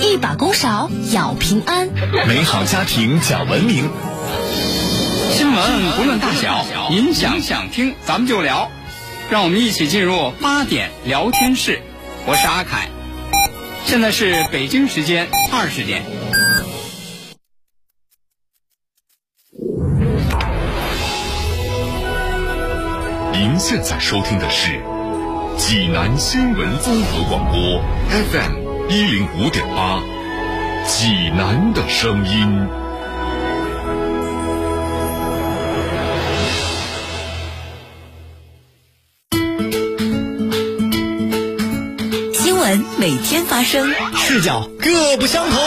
一把公勺咬平安， 美好家庭讲文明，新闻不论大小，您想想听，咱们就聊。让我们一起进入八点聊天室，我是阿凯。现在是北京时间二十点。您现在收听的是济南新闻综合广播 FM 一零五点八，济南的声音。新闻每天发生，视角各不相同，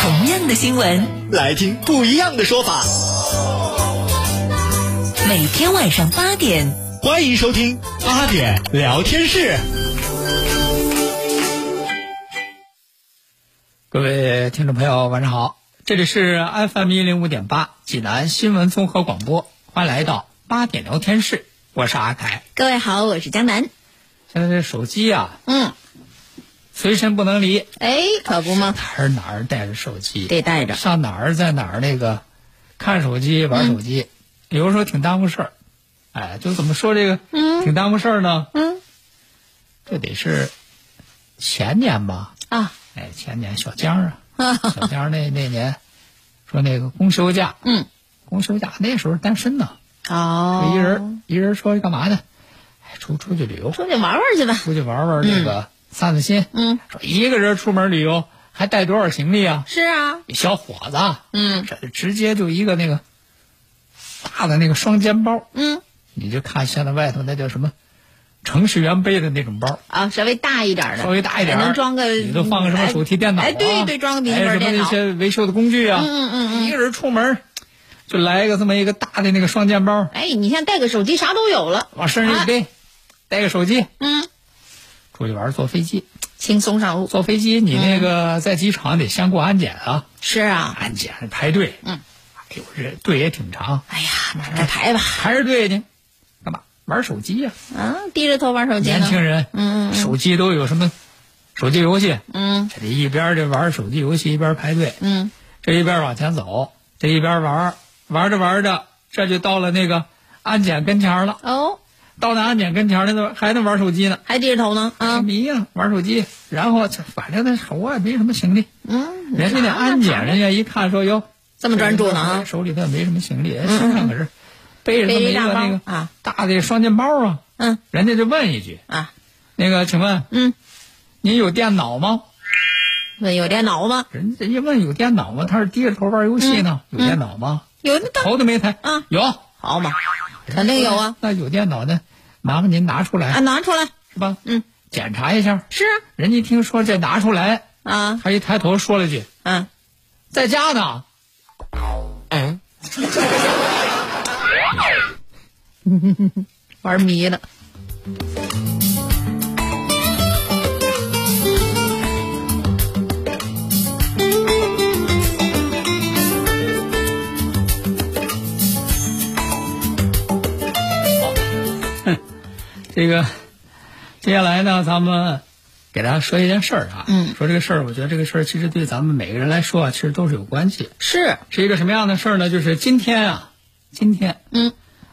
同样的新闻来听不一样的说法。每天晚上八点，欢迎收听八点聊天室。各位听众朋友，晚上好，这里是 FM 一零五点八济南新闻综合广播，欢迎来到八点聊天室，我是阿凯。各位好，我是江南。现在这手机啊，嗯，随身不能离，哎，可不吗？哪儿哪儿带着手机，得带着上哪儿在哪儿那个看手机玩手机，有的时候挺耽误事儿。哎，就怎么说这个，嗯挺耽误事儿呢？嗯，这得是前年吧？啊，哎，前年小江啊，小江那那年说那个公休假，嗯，公休假那时候单身呢，哦，一人一人说干嘛呢？哎，出出去旅游，出去玩玩去吧。出去玩玩那个散散心。嗯，说一个人出门旅游还带多少行李啊？是啊，小伙子啊，嗯这直接就一个那个大的那个双肩包，嗯，你就看现在外头那叫什么程序员背的那种包，啊，稍微大一点的，稍微大一点儿，还能装个，你都放个什么手提电脑啊？哎，对对，装个笔记哎本电什么脑那。些维修的工具啊，嗯嗯嗯一个人出门就来个这么一个大的那个双肩包，哎，你现在带个手机，啥都有了。往身上一背，带个手机啊嗯，出去玩儿，坐飞机，轻松上路。坐飞机你嗯那个在机场得先过安检啊，是啊，安检排队，嗯，哎呦这队也挺长，哎呀，那该排吧。排着队呢，干嘛玩手机呀、啊，低着头玩手机年呢。轻人，嗯嗯嗯手机都有什么手机游戏？嗯这一边儿这玩手机游戏一边儿排队，嗯，这一边儿往前走，这一边儿玩儿，玩着玩着，这就到了那个安检跟前儿了。哦，到那安检跟前儿了，还能玩手机呢，还低着头呢。啊，迷呀、玩手机。然后这反正那我也没什么行李，嗯，人家那安检人家一看说哟，这么专注呢啊。嗯手里头也没什么行李，哎身上可是背着这么一背着一个大包那个啊大的双肩包啊，嗯人家就问一句，啊，那个请问嗯，您有电脑吗？问有电脑吗？人人家问有电脑吗？他是低着头玩游戏呢，嗯有电脑吗？有那当头都没抬，啊有，好嘛，肯定有啊。那有电脑呢，麻烦您拿出来，啊，拿出来。是吧？嗯，检查一下。是人家一听说这拿出来，啊，他一抬头说了句嗯，：“在家呢。”嗯，玩迷了。这个，接下来呢，咱们给大家说一件事儿啊。嗯，说这个事儿，我觉得这个事儿其实对咱们每个人来说啊，其实都是有关系。是，是一个什么样的事儿呢？就是今天啊，今天，嗯，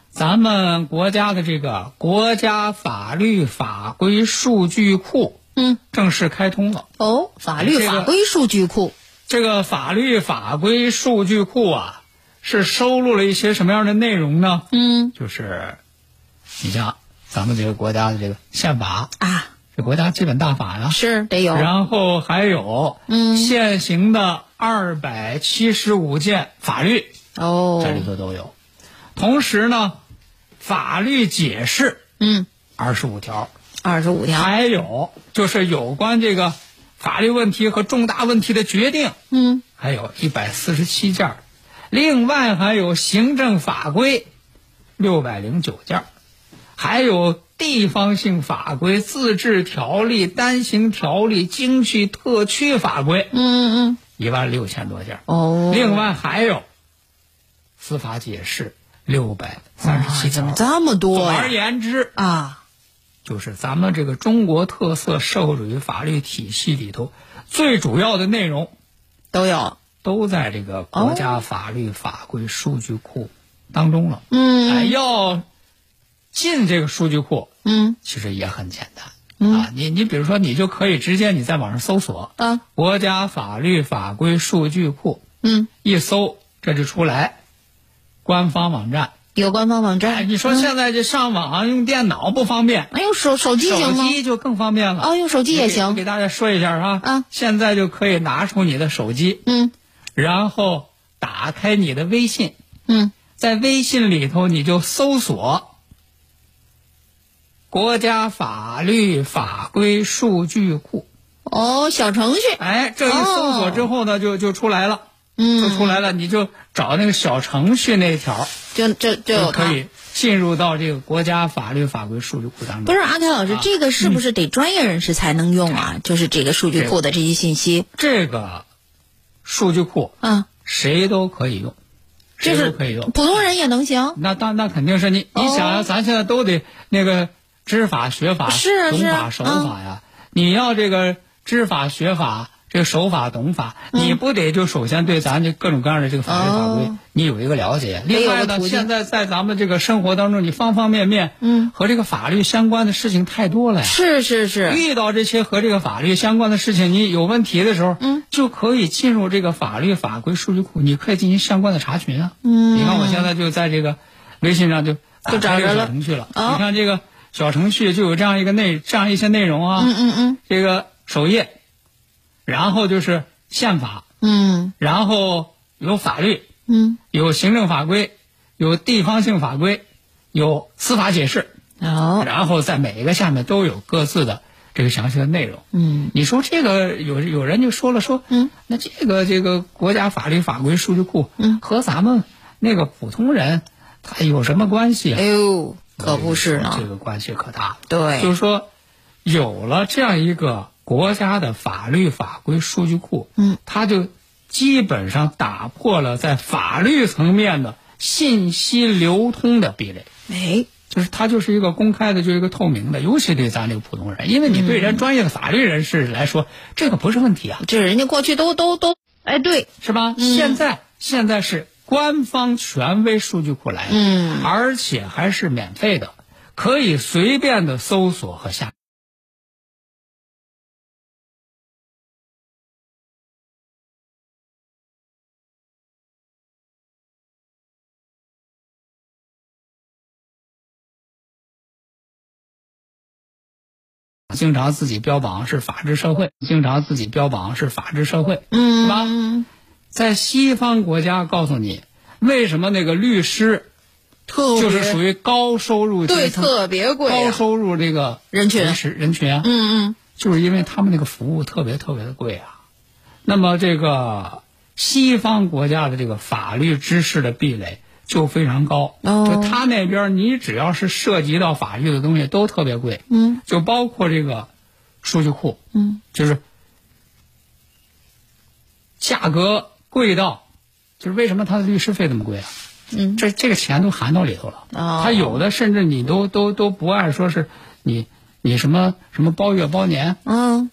咱们国家的这个国家法律法规数据库嗯，正式开通了。哦，法律这个法规数据库，这个法律法规数据库啊，是收录了一些什么样的内容呢？嗯就是，你像咱们这个国家的这个宪法，啊，这国家基本大法呀、是得有，然后还有，哦嗯现行的二百七十五件法律，哦这，里头都有。同时呢，法律解释嗯，二十五条，二十五条，还有就是有关这个法律问题和重大问题的决定，嗯，还有一百四十七件儿，另外还有行政法规六百零九件儿，还有地方性法规、自治条例、单行条例、经济特区法规嗯嗯，一万六千多件儿，哦，另外还有司法解释六百三十七哇怎么条儿。这么总多呀？而言之，啊，就是咱们这个中国特色社会主义法律体系里头最主要的内容都有。都在这个国家法律法规数据库当中了。嗯哎，要进这个数据库，嗯其实也很简单。啊，你你比如说，你就可以直接你在网上搜索啊国家法律法规数据库”，嗯，一搜这就出来，官方网站。有官方网哎，站。你说嗯现在这上网用电脑不方便，哎，用手手机手行吗？机就更方便了。哦，用手机也我行。给大家说一下啊，啊现在就可以拿出你的手机，嗯然后打开你的微信，嗯，在微信里头你就搜索国家法律法规数据库，哦，小程序。哎，这一搜索之后呢，就就出来了，就哦嗯，出来了，你就找那个小程序那条，就就就就有它可。以进入到这个国家法律法规数据库当中。不是阿开老师啊，这个是不是得专业人士才能用啊？就是这个数据库的这些信息这个数据库，啊，谁都可以用，就谁是都可以用。普通人也能行。那当那肯定是你，你哦想啊，咱现在都得那个知法学法，是啊懂是啊法守法呀。你要这个知法学法，这个守法懂法，你不得就首先对咱这各种各样的这个法律法规，嗯哦你有一个了解。得另有个外呢，途径现在在咱们这个生活当中，你方方面面，嗯，和这个法律相关的事情太多了呀。是是 是，遇到这些和这个法律相关的事情，你有问题的时候，嗯，就可以进入这个法律法规数据库，你可以进行相关的查询啊。嗯你看我现在就在这个微信上就就找打开这着个了小程序了。哦你看这个小程序就有这样一个内这样一些内容啊，嗯嗯这个首页，然后就是宪法，嗯然后有法律，嗯嗯，有行政法规，有地方性法规，有司法解释，嗯好，然后在每一个下面都有各自的这个详细的内容。嗯你说这个有有人就说了说，嗯，那这个这个国家法律法规数据库，嗯和咱们那个普通人他有什么关系啊哎？呦，可不是这呢，哎个关系可大了。就是对，说，有了这样一个国家的法律法规数据库，嗯，它就基本上打破了在法律层面的信息流通的壁垒。哎，就是它就是一个公开的，就是一个透明的，尤其对咱这个普通人，因为你对人专业的法律人士来说，这个不是问题啊，这人家过去都都都，哎，对，是吧？嗯现在现在是官方权威数据库来的，嗯而且还是免费的，可以随便的搜索和下。经常自己标榜是法治社会，经常自己标榜是法治社会，是吧？嗯，在西方国家告诉你，为什么那个律师特就是属于于高收入阶对层、特别贵啊，高收入这个人群人士人群啊，嗯嗯就是因为他们那个服务特别特别的贵啊。那么这个西方国家的这个法律知识的壁垒就非常高，哦就他那边你只要是涉及到法律的东西都特别贵，嗯就包括这个数据库，嗯，就是价格贵到，就是为什么他的律师费这么贵啊？嗯，这这个钱都含到里头了。哦他有的甚至你都都都不按说是你你什么什么包月包年，嗯，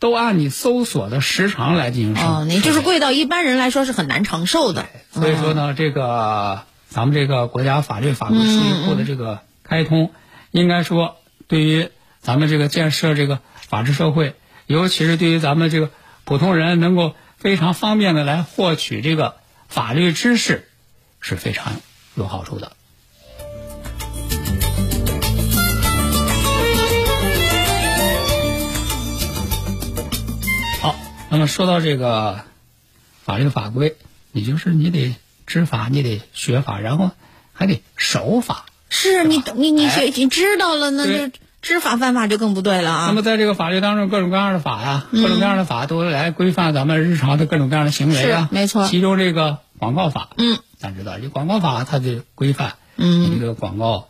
都按你搜索的时长来进行收。哦，你就是贵到一般人来说是很难承受的，所以说呢，这个咱们这个国家法律法规数据库的这个开通，应该说对于咱们这个建设这个法治社会，尤其是对于咱们这个普通人能够非常方便的来获取这个法律知识，是非常有好处的。好，那么说到这个法律法规，你就是你得知法，你得学法，然后还得守法。是你你你学哎你知道了，那对就知法犯法就更不对了那啊嗯么，在这个法律当中，各种各样的法呀、各种各样的法都来规范咱们日常的各种各样的行为啊，是没错其中这个广告法，嗯，咱知道，这广告法它就规范，嗯你这个广告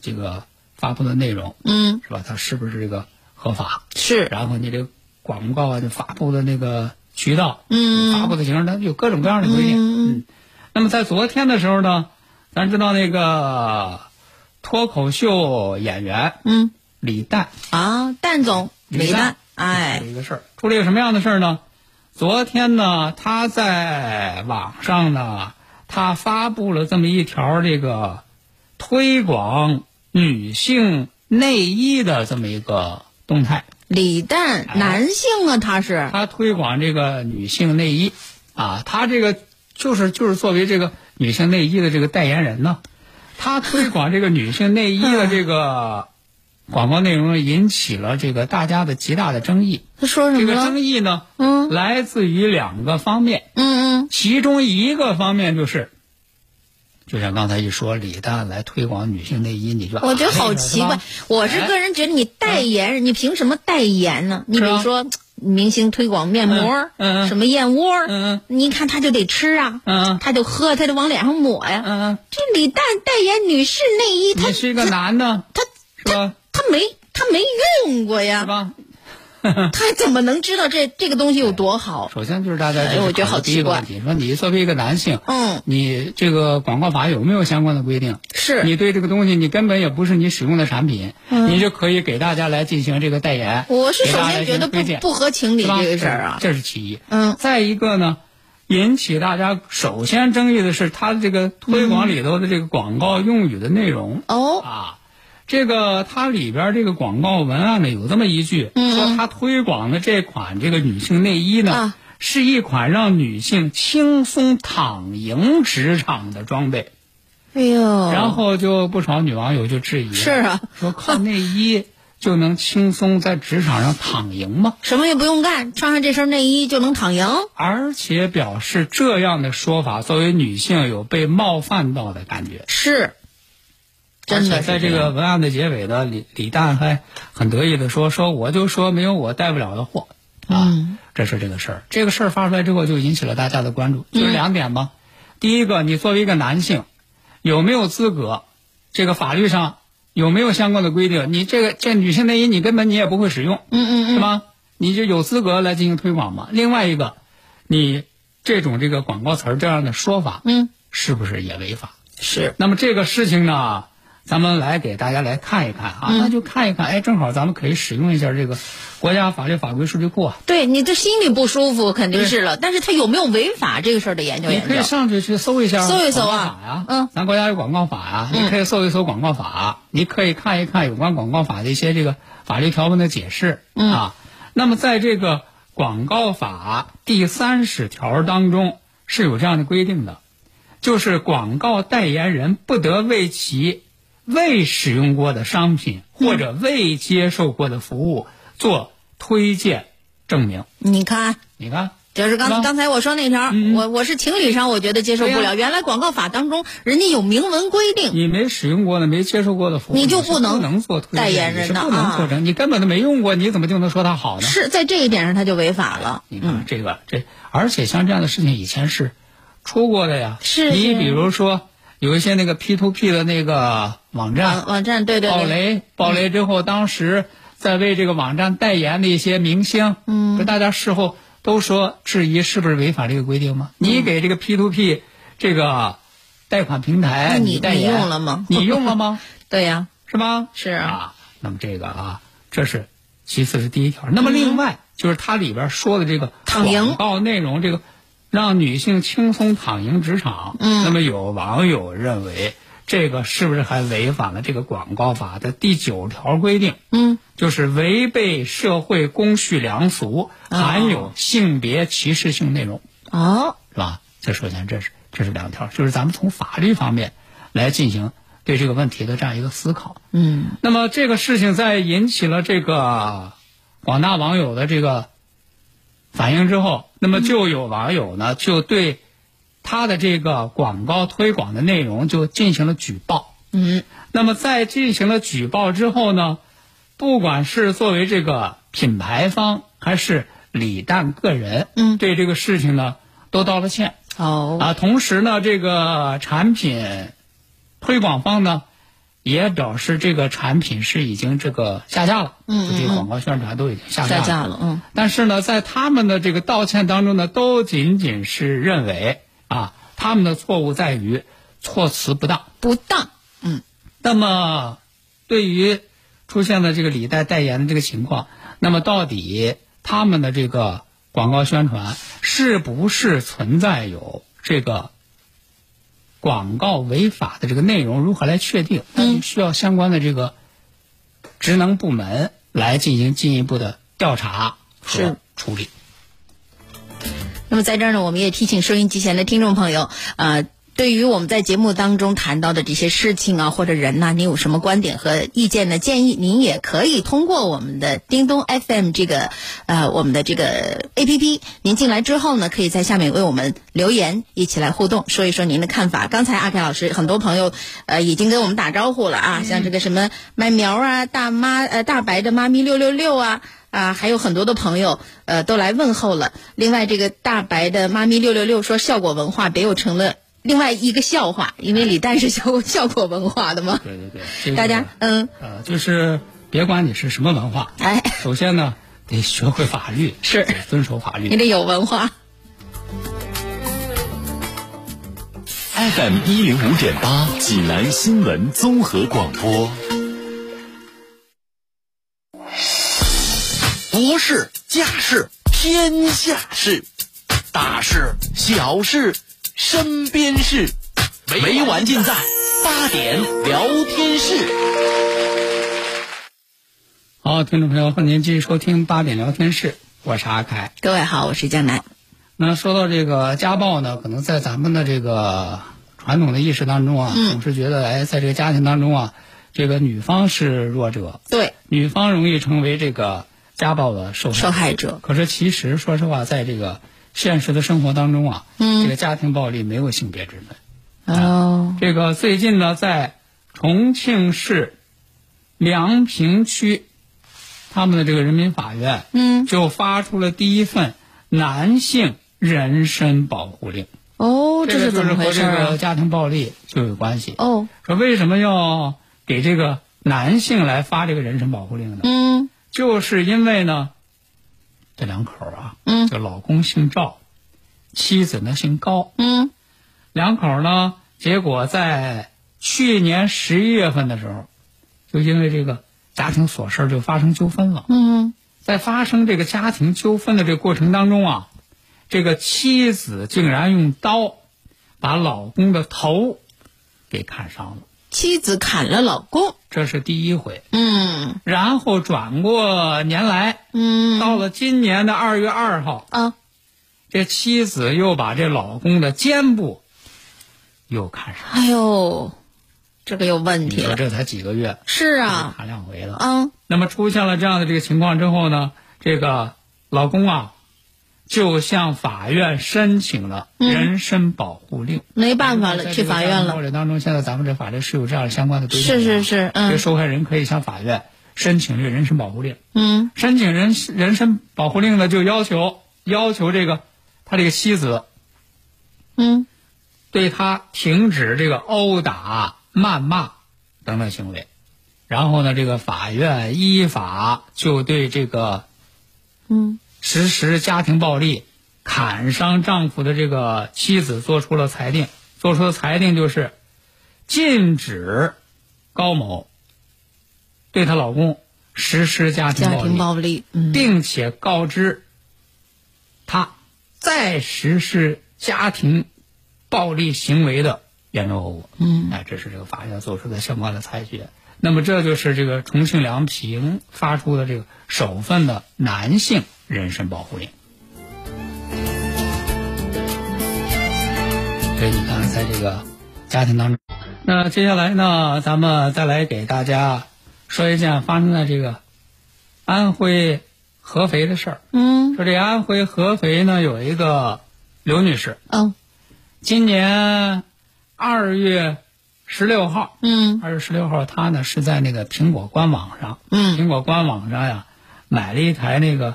这个发布的内容嗯，是吧？它是不是这个合法？是，然后你这个广告啊，就发布的那个渠道，嗯发布的形式，它有各种各样的规定。嗯，那么在昨天的时候呢，咱知道那个脱口秀演员嗯李诞，啊，蛋总，李诞，哎出了一个事儿，出了一个什么样的事儿呢？昨天呢，他在网上呢，他发布了这么一条这个推广女性内衣的这么一个动态，李诞，哎男性啊，他是他推广这个女性内衣，啊，他这个就是就是作为这个女性内衣的这个代言人呢，他推广这个女性内衣的这嗯个广告内容引起了这个大家的极大的争议。他说什么这个了？争议呢，嗯来自于两个方面，嗯嗯，其中一个方面就是，就像刚才一说，李诞来推广女性内衣，你就我觉得哎好呀奇是吧怪。我是个人觉得你代言人，你凭什么代言呢？你比如说，明星推广面膜，啊嗯嗯什么燕窝，嗯嗯你一看他就得吃啊，嗯他就喝，他就往脸上抹呀。嗯，这李诞代言女士内衣，他你是一个男的，他是吧？他没他没用过是呀，吧？他怎么能知道这这个东西有多好？首先就是大家哎就是我觉得考虑好第一奇个怪问题，说你作为一个男性，嗯你这个广告法有没有相关的规定？是嗯你对这个东西，你根本也不是你使用的产品，你就可以给大家来进行这个代言。我是给大首家先来觉进得行不推荐不合情理是吧这个事儿啊。这是其一。嗯再一个呢，引起大家首先争议的是它这个推嗯广里头的这个广告用语的内容、哦，啊。这个它里边这个广告文案呢有这么一句，嗯说它推广的这款这个女性内衣呢，啊是一款让女性轻松躺赢职场的装备。哎呦，然后就不少女网友就质疑了，是啊说靠内衣就能轻松在职场上躺赢吗？什么也不用干，穿上这身内衣就能躺赢。而且表示这样的说法作为女性有被冒犯到的感觉。是，真而的且在是这个文案的结尾呢，李李诞还很得意的说：“说我就说没有我带不了的货啊。嗯这是这个事儿。这个事儿发出来之后，就引起了大家的关注，嗯就是两点嘛。第一个，你作为一个男性，有没有资格？这个法律上有没有相关的规定？你这个这女性内衣，你根本你也不会使用，嗯嗯是吧？你就有资格来进行推广吗？另外一个，你这种这个广告词儿这样的说法，嗯，是不是也违法？是那么这个事情呢，咱们来给大家来看一看啊，嗯那就看一看，哎，正好咱们可以使用一下这个国家法律法规数据库啊，对你这心里不舒服肯定是了，但是他有没有违法这个事儿得研究你研可以究。上去去搜一下，搜一搜啊呀，嗯咱国家有广告法呀、你可以搜一搜广告法，你可以看一看有关广告法的一些这个法律条文的解释、嗯啊。那么在这个广告法第三十条当中是有这样的规定的，就是广告代言人不得为其未使用过的商品嗯或者未接受过的服务做推荐证明。你看，啊你看，就是是吧刚刚才我说那条，我我是情理上我觉得接受不对呀了。原来广告法当中人家有明文规定，你没使用过的、没接受过的服务，你就不不能能做推荐代言人你呢是不能啊做成，你根本都没用过，你怎么就能说它好呢？是在这一点上他就违法了。嗯你看这个这，而且像这样的事情以前是出过的呀。是你是比如说有一些那个 P to P 的那个网网站网站啊对对爆对，雷，爆雷之后，当时在为这个网站代言的一些明星，嗯，大家事后都说质疑是不是违反这个规定吗？嗯你给这个 P to P 这个贷款平台那你代言你用了吗你用了吗？对呀，是吧？是啊。那么这个啊，这是其次是第一条。那么另外、就是它里边说的这个躺赢广告内容，这个让女性轻松躺赢职场。嗯。那么有网友认为，这个是不是还违反了这个广告法的第九条规定？嗯，就是违背社会公序良俗，啊含有性别歧视性内容。哦，是吧？这首先这是这是两条，就是咱们从法律方面来进行对这个问题的这样一个思考。嗯，那么这个事情在引起了这个广大网友的这个反应之后，那么就有网友呢就对他的这个广告推广的内容就进行了举报。嗯，那么在进行了举报之后呢，不管是作为这个品牌方还是李诞个人，嗯对这个事情呢都道了歉哦，啊。同时呢，这个产品推广方呢也表示这个产品是已经这个下架了，嗯嗯就这个广告宣传都已经下下架了。架了，嗯，但是呢，在他们的这个道歉当中呢，都仅仅是认为啊，他们的错误在于措辞不当。不当，那么，对于出现了这个李代代言的这个情况，那么到底他们的这个广告宣传是不是存在有这个广告违法的这个内容，如何来确定？那就需要相关的这个职能部门来进行进一步的调查和是处理。那么在这儿呢，我们也提醒收音机前的听众朋友，呃。对于我们在节目当中谈到的这些事情啊，或者人呐、您有什么观点和意见呢？建议您也可以通过我们的叮咚 FM 这个呃我们的这个 APP，您进来之后呢，可以在下面为我们留言，一起来互动，说一说您的看法。刚才阿凯老师，很多朋友呃已经跟我们打招呼了啊，像这个什么麦苗啊、大妈呃大白的妈咪六六六啊。啊，还有很多的朋友，呃，都来问候了。另外，这个大白的妈咪六六六说，效果文化别又成了另外一个笑话，因为李诞是效果效果文化的嘛。对对对，这个大家，嗯，呃，就是别管你是什么文化，哎，首先呢得学会法律，是得遵守法律你。得有文化。 FM 一零五点八，济南新闻综合广播。国事、家事、天下事，大事、小事、身边事，没完尽在八点聊天室。好，听众朋友，欢迎您继续收听八点聊天室，我是阿凯。各位好，我是江南。那说到这个家暴呢，可能在咱们的这个传统的意识当中啊，嗯总是觉得哎，在这个家庭当中啊，这个女方是弱者，对，女方容易成为这个家暴的受害受害者可是其实说实话，在这个现实的生活当中啊，嗯这个家庭暴力没有性别之分。哦，这个最近呢，在重庆市梁平区，他们的这个人民法院，嗯，就发出了第一份男性人身保护令。哦，这个是就怎么和回事这儿个啊？家庭暴力就有关系。哦，说为什么要给这个男性来发这个人身保护令呢？嗯就是因为呢，这两口儿啊，嗯就老公姓赵，妻子呢姓高，嗯，两口儿呢，结果在去年十一月份的时候，就因为这个家庭琐事儿就发生纠纷了。嗯在发生这个家庭纠纷的这个过程当中啊，这个妻子竟然用刀把老公的头给砍伤了，妻子砍了老公。这是第一回。嗯然后转过年来，嗯到了今年的二月二号，啊，这妻子又把这老公的肩部又砍伤了。哎呦，这个有问你题说了。这才几个月，是啊，砍两回了。嗯那么出现了这样的这个情况之后呢，这个老公啊，就向法院申请了人身保护令。没嗯办法了，在去这个法院过了。程当中，现在咱们这法律是有这样相关的规定的。是是是，这个嗯受害人可以向法院申请这个人身保护令。嗯申请人人身保护令呢，就要求要求这个他这个妻子嗯，对他停止这个殴打、谩骂等等行为。然后呢，这个法院依法就对这个嗯实施家庭暴力、砍伤丈夫的这个妻子做出了裁定，做出的裁定就是禁止高某对她老公实施家庭家暴力，庭暴力，嗯并且告知他再实施家庭暴力行为的严重后果。嗯，哎，这是这个法院做出的相关的裁决。那么，这就是这个重庆梁平发出的这个首份的男性人身保护令。所以你看，在这个家庭当中，那接下来呢，咱们再来给大家说一件发生在这个安徽合肥的事儿。嗯说这安徽合肥呢，有一个刘女士，嗯今年二月十六号，嗯二月十六号，她呢是在那个苹果官网上，嗯苹果官网上呀，买了一台那个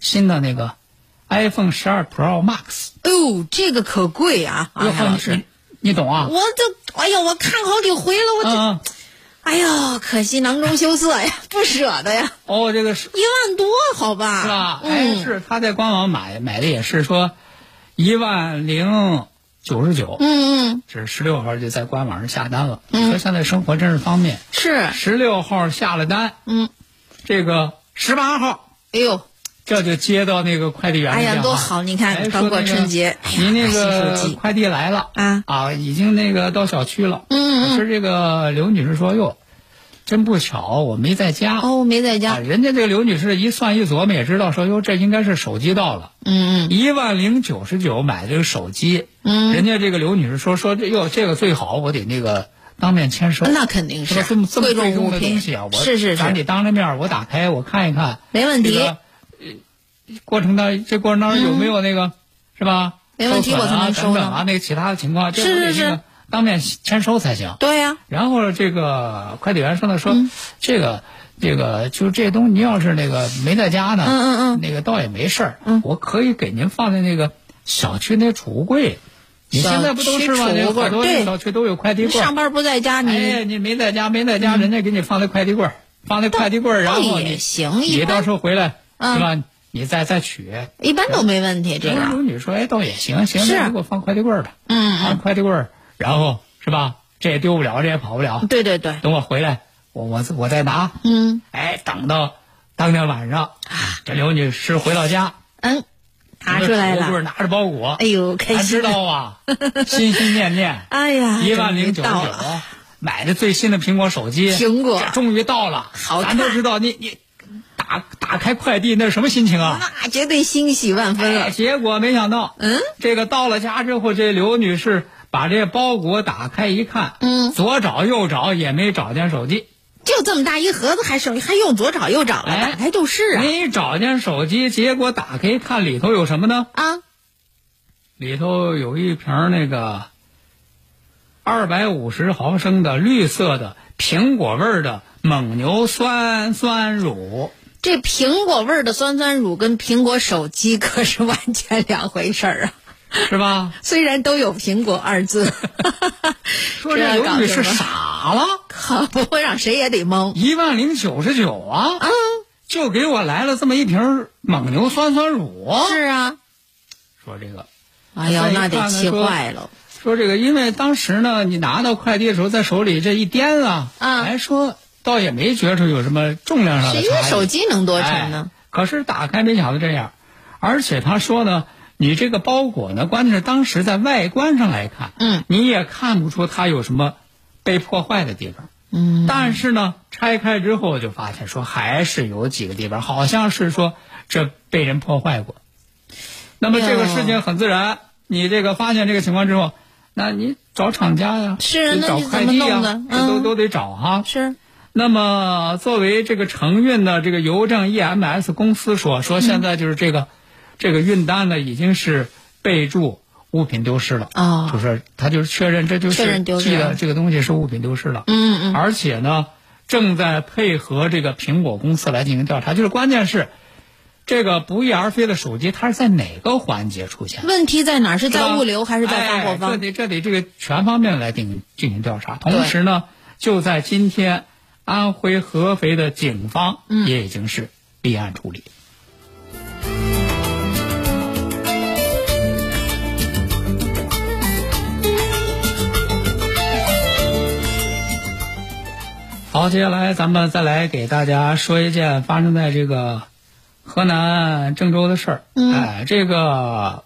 新的那个 iPhone 十二 Pro Max。哎呦，这个可贵啊，阿凯老师你，你懂啊？我这哎呀，我看好几回了，我这嗯，嗯哎呦，可惜囊中羞涩呀， 不舍得呀，哦，这个是一万多好吧？是吧？哎，嗯是她在官网买买的也是说一万零九十九，嗯嗯，这十六号就在官网上下单哎了。你说现在生活真是方便，是十六号下了单，嗯这个十八号哎呦，这就接到那个快递员的哎呀电话多好你看哎说刚过那个春节哎呀您那买新手个机快递来了啊啊，已经那个到小区了。嗯嗯可是这个刘女士说：“哟，真不巧，我没在家。”哦，没在啊，家，人家这个刘女士一算一琢磨也知道说，哟，这应该是手机到了，嗯嗯一万零九十九买这个手机。嗯人家这个刘女士说说，这哟，这个最好，我得那个当面签收。那肯定是说这么这么贵重贵重物的品东西啊，我是是是咱得当着面儿，我打开我看一看。没问这题个，呃过程当这过程当中有没有那个是吧？嗯没问题受损啊我才能收呢等等啊，那个其他的情况，这是我得是那个是当面签收才行。对啊呀，然后这个快递员说呢，说、嗯这个这个就是这东西，您要是那个没在家呢，嗯嗯嗯那个倒也没事儿，我可以给您放在那个小区那储物柜。你现在不都是吗？小区那储物柜好多那对小区都有快递柜儿。上班不在家，哎，你你没在家，没在家，人家给你放在快递柜儿，放在快递柜儿，然倒后也你行，一你到般时候回来嗯是吧？你再再取。一般都没问题，这然后个，刘女说：“哎，倒也行，行，是啊那你给我放快递柜儿吧，嗯放快递柜儿，然后是吧？这也丢不了，这也跑不了嗯，。对对对，等我回来，我我我再拿。嗯哎，等到当天晚上，这刘女士回到家，嗯，爬出来一个橱了，柜儿拿着包裹，哎呦，开咱知心了，道 啊，心心念念，哎呀，一万零终九啊于十到九了，，买的最新的苹果手机，苹果这终于到了，好看咱都知道你你打打开快递那是什么心情啊？那绝对欣喜万分哎了，结果没想到，嗯，这个到了家之后，这刘女士把这包裹打开一看，嗯左找右找也没找见手机，就这么大一盒子，还手还用左找右找了，哎打开就是啊没找见手机，结果打开一看里头有什么呢？啊，里头有一瓶那个二百五十毫升的绿色的苹果味儿的蒙牛酸酸乳。这苹果味儿的酸酸乳跟苹果手机可是完全两回事儿啊！是吧？虽然都有“苹果”二 字，说这这刘搞女什士么傻了，可不会让谁也得懵。一万零九十九啊，嗯，就给我来了这么一瓶蒙牛酸酸乳。是啊，说这个，哎呀，再一那得看呢气说坏了。说这个，因为当时呢，你拿到快递的时候，在手里这一掂啊，啊还说倒也没觉出有什么重量上的谁差家异。手机能多沉呢？哎？可是打开没想到这样，而且他说呢，你这个包裹呢，关键是当时在外观上来看，嗯，你也看不出它有什么被破坏的地方。嗯，但是呢，拆开之后就发现说还是有几个地方，好像是说这被人破坏过。那么这个哟事情很自然，你这个发现这个情况之后，那你找厂家呀，是啊得那找你怎快么递弄呀，的这都嗯都得找哈。是，那么，作为这个承运的这个邮政 EMS 公司说，说现在就是这个、这个运单呢已经是备注物品丢失了，哦就是他就是确认这就是确认丢失这了个这个东西是物品丢失了，嗯嗯，而且呢正在配合这个苹果公司来进行调查，就是关键是这个不翼而飞的手机它是在哪个环节出现的？问题在哪儿？是是吧在物流还是在发货哎这方？得这得这个全方面来定进行调查。同时呢，就在今天，安徽合肥的警方嗯也已经是立案处理。好，接下来咱们再来给大家说一件发生在这个河南郑州的事儿。嗯哎，这个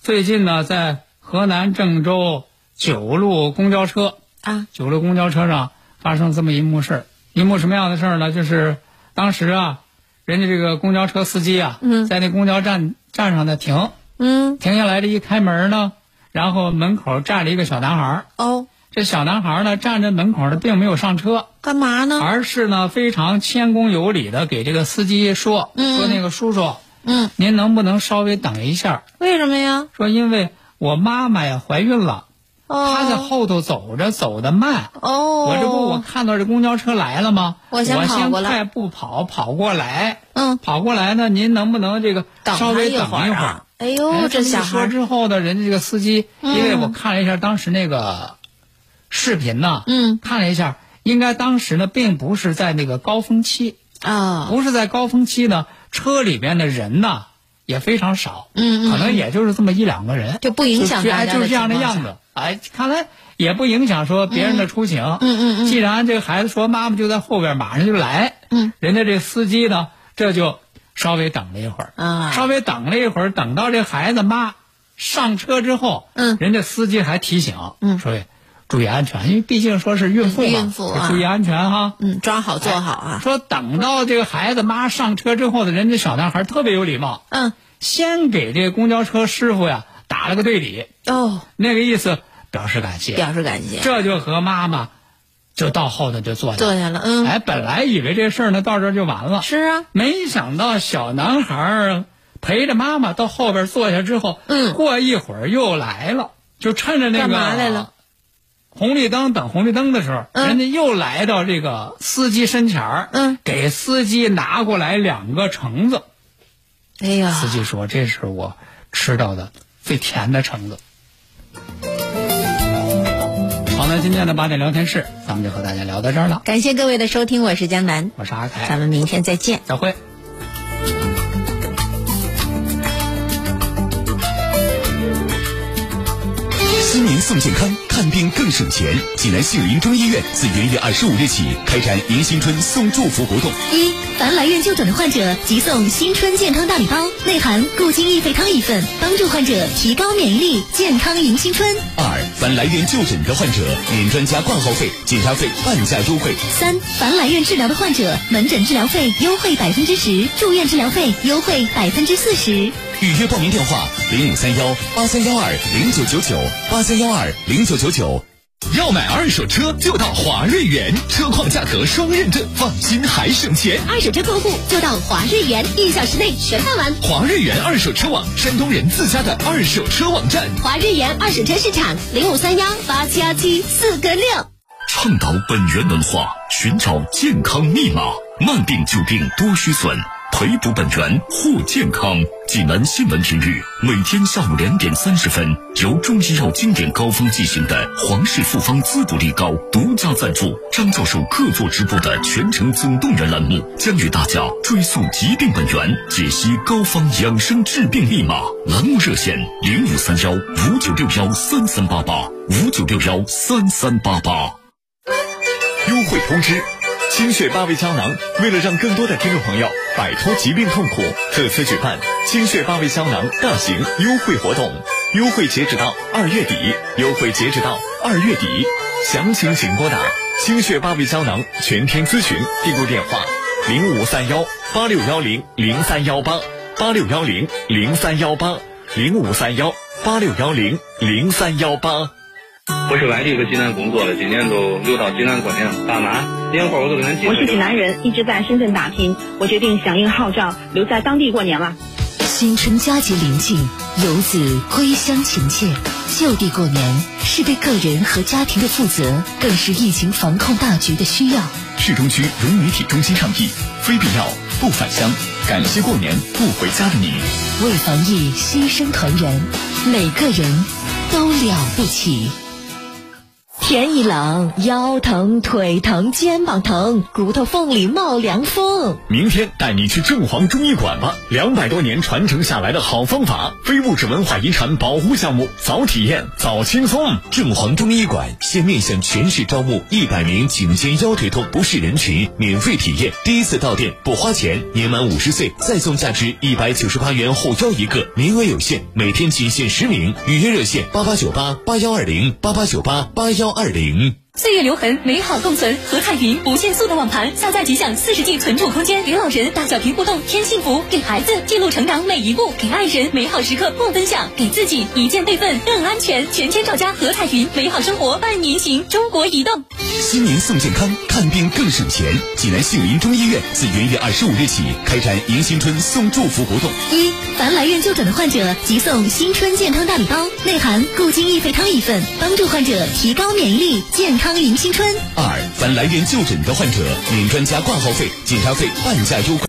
最近呢，在河南郑州九路公交车，啊，九路公交车上发生这么一幕事儿。一幕什么样的事儿呢？就是当时啊，人家这个公交车司机啊，嗯在那公交站站上呢停，嗯，停下来这一开门呢，然后门口站着一个小男孩儿。哦，这小男孩呢，站在门口呢，并没有上车，干嘛呢？而是呢非常谦恭有礼的给这个司机说、嗯说那个叔叔，嗯，您能不能稍微等一下？为什么呀？说因为我妈妈呀怀孕了，哦，她在后头走着，走得慢。哦，我这不我看到这公交车来了吗？我先跑过来快步跑跑过来，嗯，跑过来呢，您能不能这个等稍他微等会儿啊。哎呦，哎这么一小孩说儿，之后呢，人家这个司机，嗯因为我看了一下当时那个视频呢，嗯看了一下，应该当时呢并不是在那个高峰期，啊，不是在高峰期呢，车里边的人呢也非常少，嗯嗯可能也就是这么一两个人，就不影响就大哎家就是的这样的情况样子，哎，看来也不影响说别人的出行，嗯嗯嗯既然这个孩子说妈妈就在后边，马上就来，嗯，人家这司机呢，这就稍微等了一会儿啊稍微等了一会儿，等到这孩子妈上车之后，嗯人家司机还提醒，嗯说注意安全，因为毕竟说是孕妇嘛，孕妇啊注意安全哈。嗯，抓好做好啊，说等到这个孩子妈上车之后的，人家小男孩特别有礼貌，嗯，先给这公交车师傅呀打了个对礼，哦，那个意思表示感谢。表示感谢，这就和妈妈就到后头就坐下坐了。下了，嗯，哎，本来以为这事儿呢到这儿就完了，是啊，没想到小男孩儿陪着妈妈到后边坐下之后，嗯过一会儿又来了，就趁着那个干嘛来了？红绿灯等红绿灯的时候，嗯人家又来到这个司机身前儿，嗯，给司机拿过来两个橙子。哎呀，司机说：“这是我吃到的最甜的橙子。”好了，今天的八点聊天室，咱们就和大家聊到这儿了。感谢各位的收听，我是江南，我是阿凯，咱们明天再见。再会。新年送健康，看病更省钱。济南杏林中医院自元月二十五日起开展迎新春送祝福活动，一，凡来院就诊的患者即送新春健康大礼包，内含固精益肺汤一份，帮助患者提高免疫力，健康迎新春。二，凡来院就诊的患者免专家挂号费、检查费半价优惠。三，凡来院治疗的患者，门诊治疗费优惠百分之十，住院治疗费优惠百分之四十。预约报名电话：零五三幺八三幺二零九九九八三幺二零九九九。要买二手车就到华瑞源，车况价格双认证，放心还省钱。二手车过户就到华瑞源，一小时内全办完。华瑞源二手车网，山东人自家的二手车网站。华瑞源二手车市场零五三幺八七幺七四个六。倡导本源文化，寻找健康密码。慢病久病多虚损，培补本源护健康。济南新闻频率每天下午两点三十分，由中医药经典膏方进行的皇氏复方滋补力膏独家赞助，张教授客座直播的全程总动员栏目，将与大家追溯疾病本源，解析膏方养生治病密码。栏目热线零五三幺五九六幺三三八八五九六幺三三八八。优惠通知：清血八味胶囊为了让更多的听众朋友摆脱疾病痛苦，特此举办清血八味胶囊大型优惠活动，优惠截止到二月底，优惠截止到二月底，详情请拨打清血八味胶囊全天咨询订购电话零五三幺八六幺零零三幺八八六幺零零三幺八零五三幺八六幺零零三幺八。我是外地搁济南工作的，今年都留到济南过年了。大妈，年货我都给您寄。我是济南人，一直在深圳打拼，我决定响应号召，留在当地过年了。新春佳节临近，游子归乡情切，就地过年是对个人和家庭的负责，更是疫情防控大局的需要。市中区融媒体中心倡议：非必要不返乡，感谢过年不回家的你。为防疫牺牲团圆，每个人都了不起。天一冷，腰疼、腿疼、肩膀疼，骨头缝里冒凉风。明天带你去正黄中医馆吧，两百多年传承下来的好方法，非物质文化遗产保护项目，早体验早轻松。正黄中医馆现面向全市招募一百名颈肩腰腿痛不适人群，免费体验。第一次到店不花钱，年满五十岁再送价值一百九十八元后腰一个，名额有限，每天仅限十名。预约热线八八九八八幺二零八八九八八幺二零。岁月留痕，美好共存。和泰云不限速的网盘，下载即享四十 G 存储空间，给老人大小屏互动添幸福，给孩子记录成长每一步，给爱人美好时刻不分享，给自己一键备份更安全。全天照家和泰云，美好生活伴您行。中国移动。新年送健康，看病更省钱。济南杏林中医院自元月二十五日起开展迎新春送祝福活动。一，凡来院就诊的患者即送新春健康大礼包，内含固精益肺汤一份，帮助患者提高免疫力，健康迎新春。二，凡来院就诊的患者，免专家挂号费、检查费半价优惠。